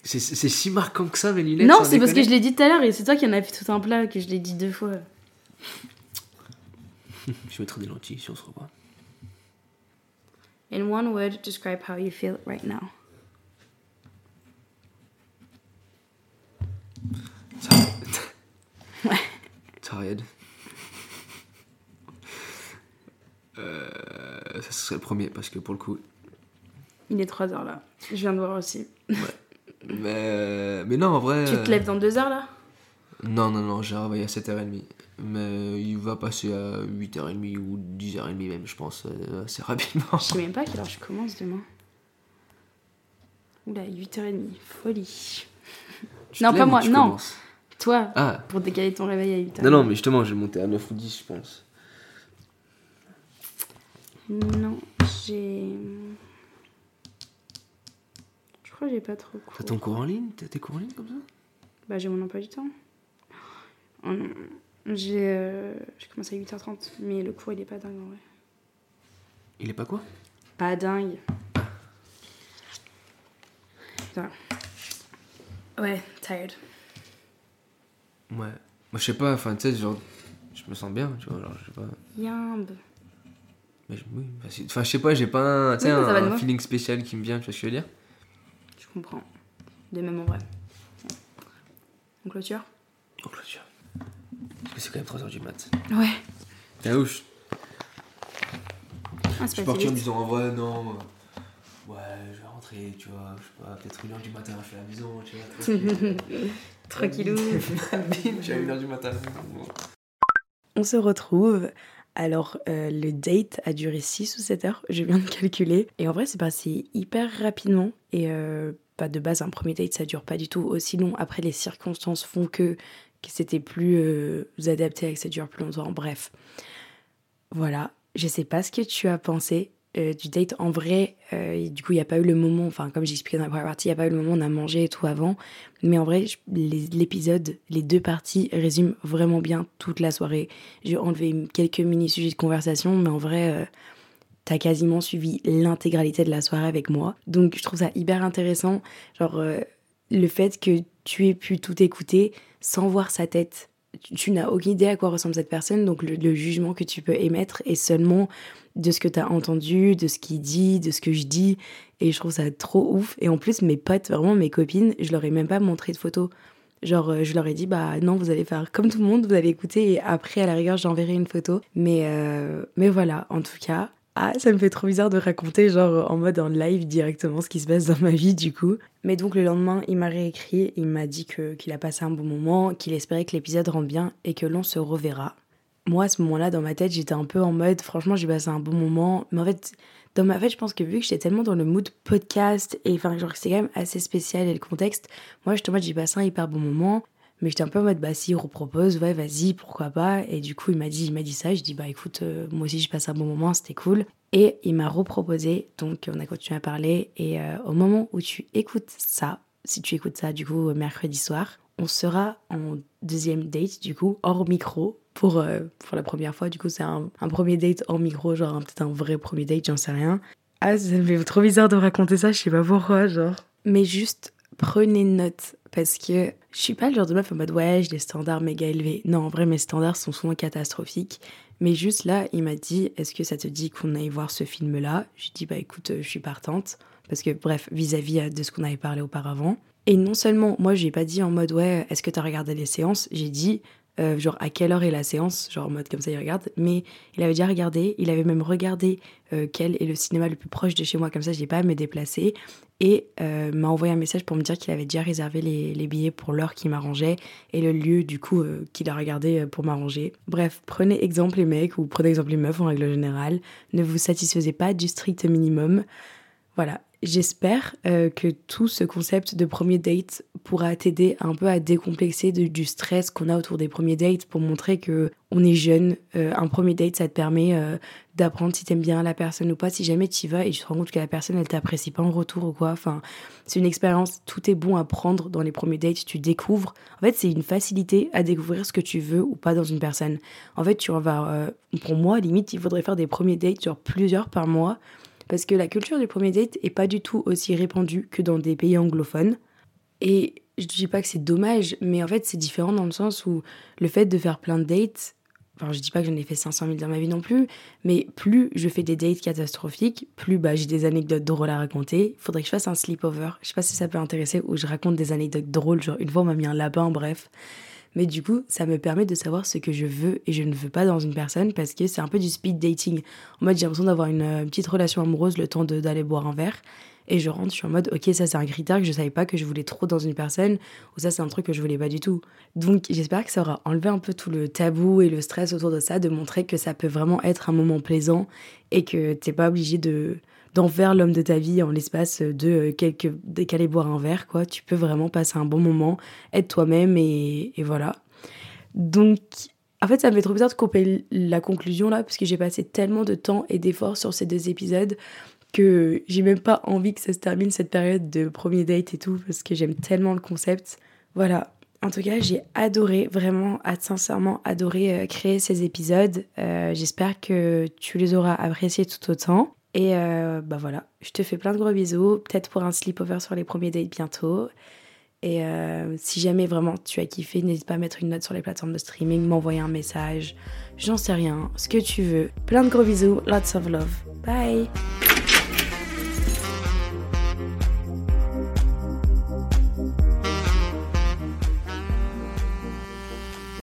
C: C'est c'est si marquant que ça, mes lunettes
B: Non,
C: sans
B: c'est parce que
C: déconner.
B: je l'ai dit tout à l'heure et c'est toi qui en as fait tout un plat que je l'ai dit deux fois.
C: Je mettrai des lentilles si on se revoit.
B: In one word, describe how you feel right now.
C: <laughs> Tired. Euh, ça serait le premier, parce que pour le coup,
B: Il est 3 heures là. Je viens de voir aussi.
C: Mais, mais non, en vrai.
B: Tu
C: euh,
B: te lèves dans deux heures là
C: Non, non, non, j'ai réveillé à 7h30. Mais il va passer à 8h30 ou 10h30 même, je pense, euh, assez rapidement.
B: Je sais même pas à quelle heure je commence demain. Oula, 8h30. Folie.
C: Tu
B: Non,
C: te
B: pas
C: lèves ou
B: moi,
C: tu
B: non.
C: commences
B: Toi,
C: Ah,
B: pour décaler ton réveil à 8h.
C: non, non, mais justement, j'ai monté à 9 ou 10, je pense.
B: Non, j'ai. Je crois que j'ai pas trop cours.
C: T'as ton cours en ligne T'as tes cours en ligne comme ça
B: Bah, j'ai mon emploi du temps. Oh non. J'ai. euh, Je commence à 8h30, mais le cours il est pas dingue en vrai.
C: Il est pas quoi
B: Pas dingue. Putain. Ouais, tired.
C: Ouais. Moi, je sais pas, enfin, tu sais, genre, je me sens bien, tu vois, genre, je sais pas.
B: Yamb.
C: Mais je- oui, bah, enfin, c'est- enfin, je sais pas, j'ai pas un, tu sais,
B: Oui, mais ça va de
C: un
B: moi.
C: feeling spécial qui me vient, tu vois ce que je veux dire
B: Je comprends. De même en vrai. On clôture
C: En clôture. Oh, Parce que c'est quand même 3h du mat.
B: Ouais.
C: T'es ouf,
B: Ah,
C: Je suis
B: c'est pas
C: parti en
B: si vite.
C: me disant en vrai non. euh, Ouais, je vais rentrer, tu vois, je sais pas, peut-être une heure du matin, je suis à la maison,
B: <laughs>
C: tu vois. tranquille.
B: Tranquillou.
C: <laughs> Bim, je suis à une heure du matin. Bon.
B: On se retrouve. Alors, euh, le date a duré 6 ou 7 heures, je viens de calculer. Et en vrai, c'est passé hyper rapidement. Et euh, bah, de base, un premier date, ça dure pas du tout aussi long. Après, les circonstances font que, que c'était plus euh, adapté et que ça dure plus longtemps. Bref. Voilà. Je sais pas ce que tu as pensé euh, du date. En vrai, euh, et du coup, il n'y a pas eu le moment, enfin, comme j'expliquais dans la première partie, il n'y a pas eu le moment, on a mangé et tout avant. Mais en vrai, je- les- l'épisode, les deux parties résument vraiment bien toute la soirée. J'ai enlevé quelques mini-sujets de conversation, mais en vrai, euh, t'as quasiment suivi l'intégralité de la soirée avec moi. Donc, je trouve ça hyper intéressant. Genre, euh, le fait que tu aies pu tout écouter sans voir sa tête. Tu, tu n'as aucune idée à quoi ressemble cette personne, donc le, le jugement que tu peux émettre est seulement de ce que t'as entendu, de ce qu'il dit, de ce que je dis. Et je trouve ça trop ouf. Et en plus, mes potes, vraiment mes copines, je leur ai même pas montré de photos. Genre, euh, je leur ai dit, bah non, vous allez faire comme tout le monde, vous allez écouter et après, à la rigueur, j'enverrai une photo. Mais, euh, mais voilà, en tout cas, Ah, ça me fait trop bizarre de raconter, genre en mode en live directement ce qui se passe dans ma vie du coup. Mais donc le lendemain, il m'a réécrit, il m'a dit que qu'il a passé un bon moment, qu'il espérait que l'épisode rend bien et que l'on se reverra. Moi, à ce moment-là, dans ma tête, j'étais un peu en mode, franchement, j'ai passé un bon moment. Mais en fait, dans ma tête, je pense que vu que j'étais tellement dans le mood podcast et enfin, genre, c'est quand même assez spécial et le contexte, moi, j'étais en mode, j'ai passé un hyper bon moment. Mais j'étais un peu en mode, bah si, il repropose, ouais, vas-y, pourquoi pas. Et du coup, il m'a dit, il m'a dit ça. Je dis, bah écoute, euh, moi aussi, j'ai passé un bon moment, c'était cool. Et il m'a reproposé, donc on a continué à parler. Et euh, au moment où tu écoutes ça, si tu écoutes ça, du coup, euh, mercredi soir, on sera en deuxième date, du coup, hors micro, pour, euh, pour la première fois. Du coup, c'est un, un premier date hors micro, genre un- peut-être un vrai premier date, j'en sais rien. Ah, ça me fait trop bizarre de raconter ça, je sais pas pourquoi, genre. Mais juste, prenez note, parce que je suis pas le genre de meuf en mode ouais, j'ai des standards méga élevés. Non, en vrai, mes standards sont souvent catastrophiques. Mais juste là, il m'a dit est-ce que ça te dit qu'on aille voir ce film-là J'ai dit bah écoute, euh, je suis partante. Parce que bref, vis-à-vis euh, de ce qu'on avait parlé auparavant. Et non seulement, moi, j'ai pas dit en mode ouais, est-ce que t'as regardé les séances J'ai dit euh, genre à quelle heure est la séance, genre en mode comme ça il regarde, mais il avait déjà regardé, il avait même regardé euh, quel est le cinéma le plus proche de chez moi, comme ça je n'ai pas à me déplacer, et euh, m'a envoyé un message pour me dire qu'il avait déjà réservé les, les billets pour l'heure qui m'arrangeait et le lieu du coup euh, qu'il a regardé euh, pour m'arranger. Bref, prenez exemple les mecs ou prenez exemple les meufs en règle générale, ne vous satisfaisez pas du strict minimum. Voilà, j'espère euh, que tout ce concept de premier date pourra t'aider un peu à décomplexer de- du stress qu'on a autour des premiers dates pour montrer que on est jeune. Euh, un premier date, ça te permet euh, d'apprendre si t'aimes bien la personne ou pas. Si jamais t'y vas et tu te rends compte que la personne elle t'apprécie pas en retour ou quoi. Enfin, c'est une expérience. Tout est bon à prendre dans les premiers dates. Tu découvres. En fait, c'est une facilité à découvrir ce que tu veux ou pas dans une personne. En fait, tu en vas. euh, pour moi, limite, il faudrait faire des premiers dates, genre plusieurs par mois parce que la culture du premier date est pas du tout aussi répandue que dans des pays anglophones. Et je dis pas que c'est dommage, mais en fait c'est différent dans le sens où le fait de faire plein de dates, enfin je dis pas que j'en ai fait 500 000 dans ma vie non plus, mais plus je fais des dates catastrophiques, plus bah, j'ai des anecdotes drôles à raconter. Faudrait que je fasse un sleepover, je sais pas si ça peut intéresser, où je raconte des anecdotes drôles, genre une fois on m'a mis un lapin, bref. Mais du coup, ça me permet de savoir ce que je veux et je ne veux pas dans une personne parce que c'est un peu du speed dating. En mode, j'ai l'impression d'avoir une euh, petite relation amoureuse le temps de- d'aller boire un verre. Et je rentre, je suis en mode, ok, ça c'est un critère que je savais pas que je voulais trop dans une personne, ou ça c'est un truc que je voulais pas du tout. Donc j'espère que ça aura enlevé un peu tout le tabou et le stress autour de ça, de montrer que ça peut vraiment être un moment plaisant et que t'es pas obligé de d'en faire l'homme de ta vie en l'espace de euh, quelques dès qu'aller boire un verre quoi tu peux vraiment passer un bon moment être toi-même et, et voilà donc en fait, ça me fait trop bizarre de couper l- la conclusion là, parce que j'ai passé tellement de temps et d'efforts sur ces deux épisodes que j'ai même pas envie que ça se termine cette période de premier date et tout, parce que j'aime tellement le concept. Voilà. En tout cas, j'ai adoré, vraiment, ad- sincèrement adoré euh, créer ces épisodes. Euh, J'espère que tu les auras appréciés tout autant. Et euh, bah voilà, je te fais plein de gros bisous, peut-être pour un sleepover sur les premiers dates bientôt. Et euh, si jamais vraiment tu as kiffé, n'hésite pas à mettre une note sur les plateformes de streaming, m'envoyer un message, j'en sais rien, ce que tu veux. Plein de gros bisous, lots of love. Bye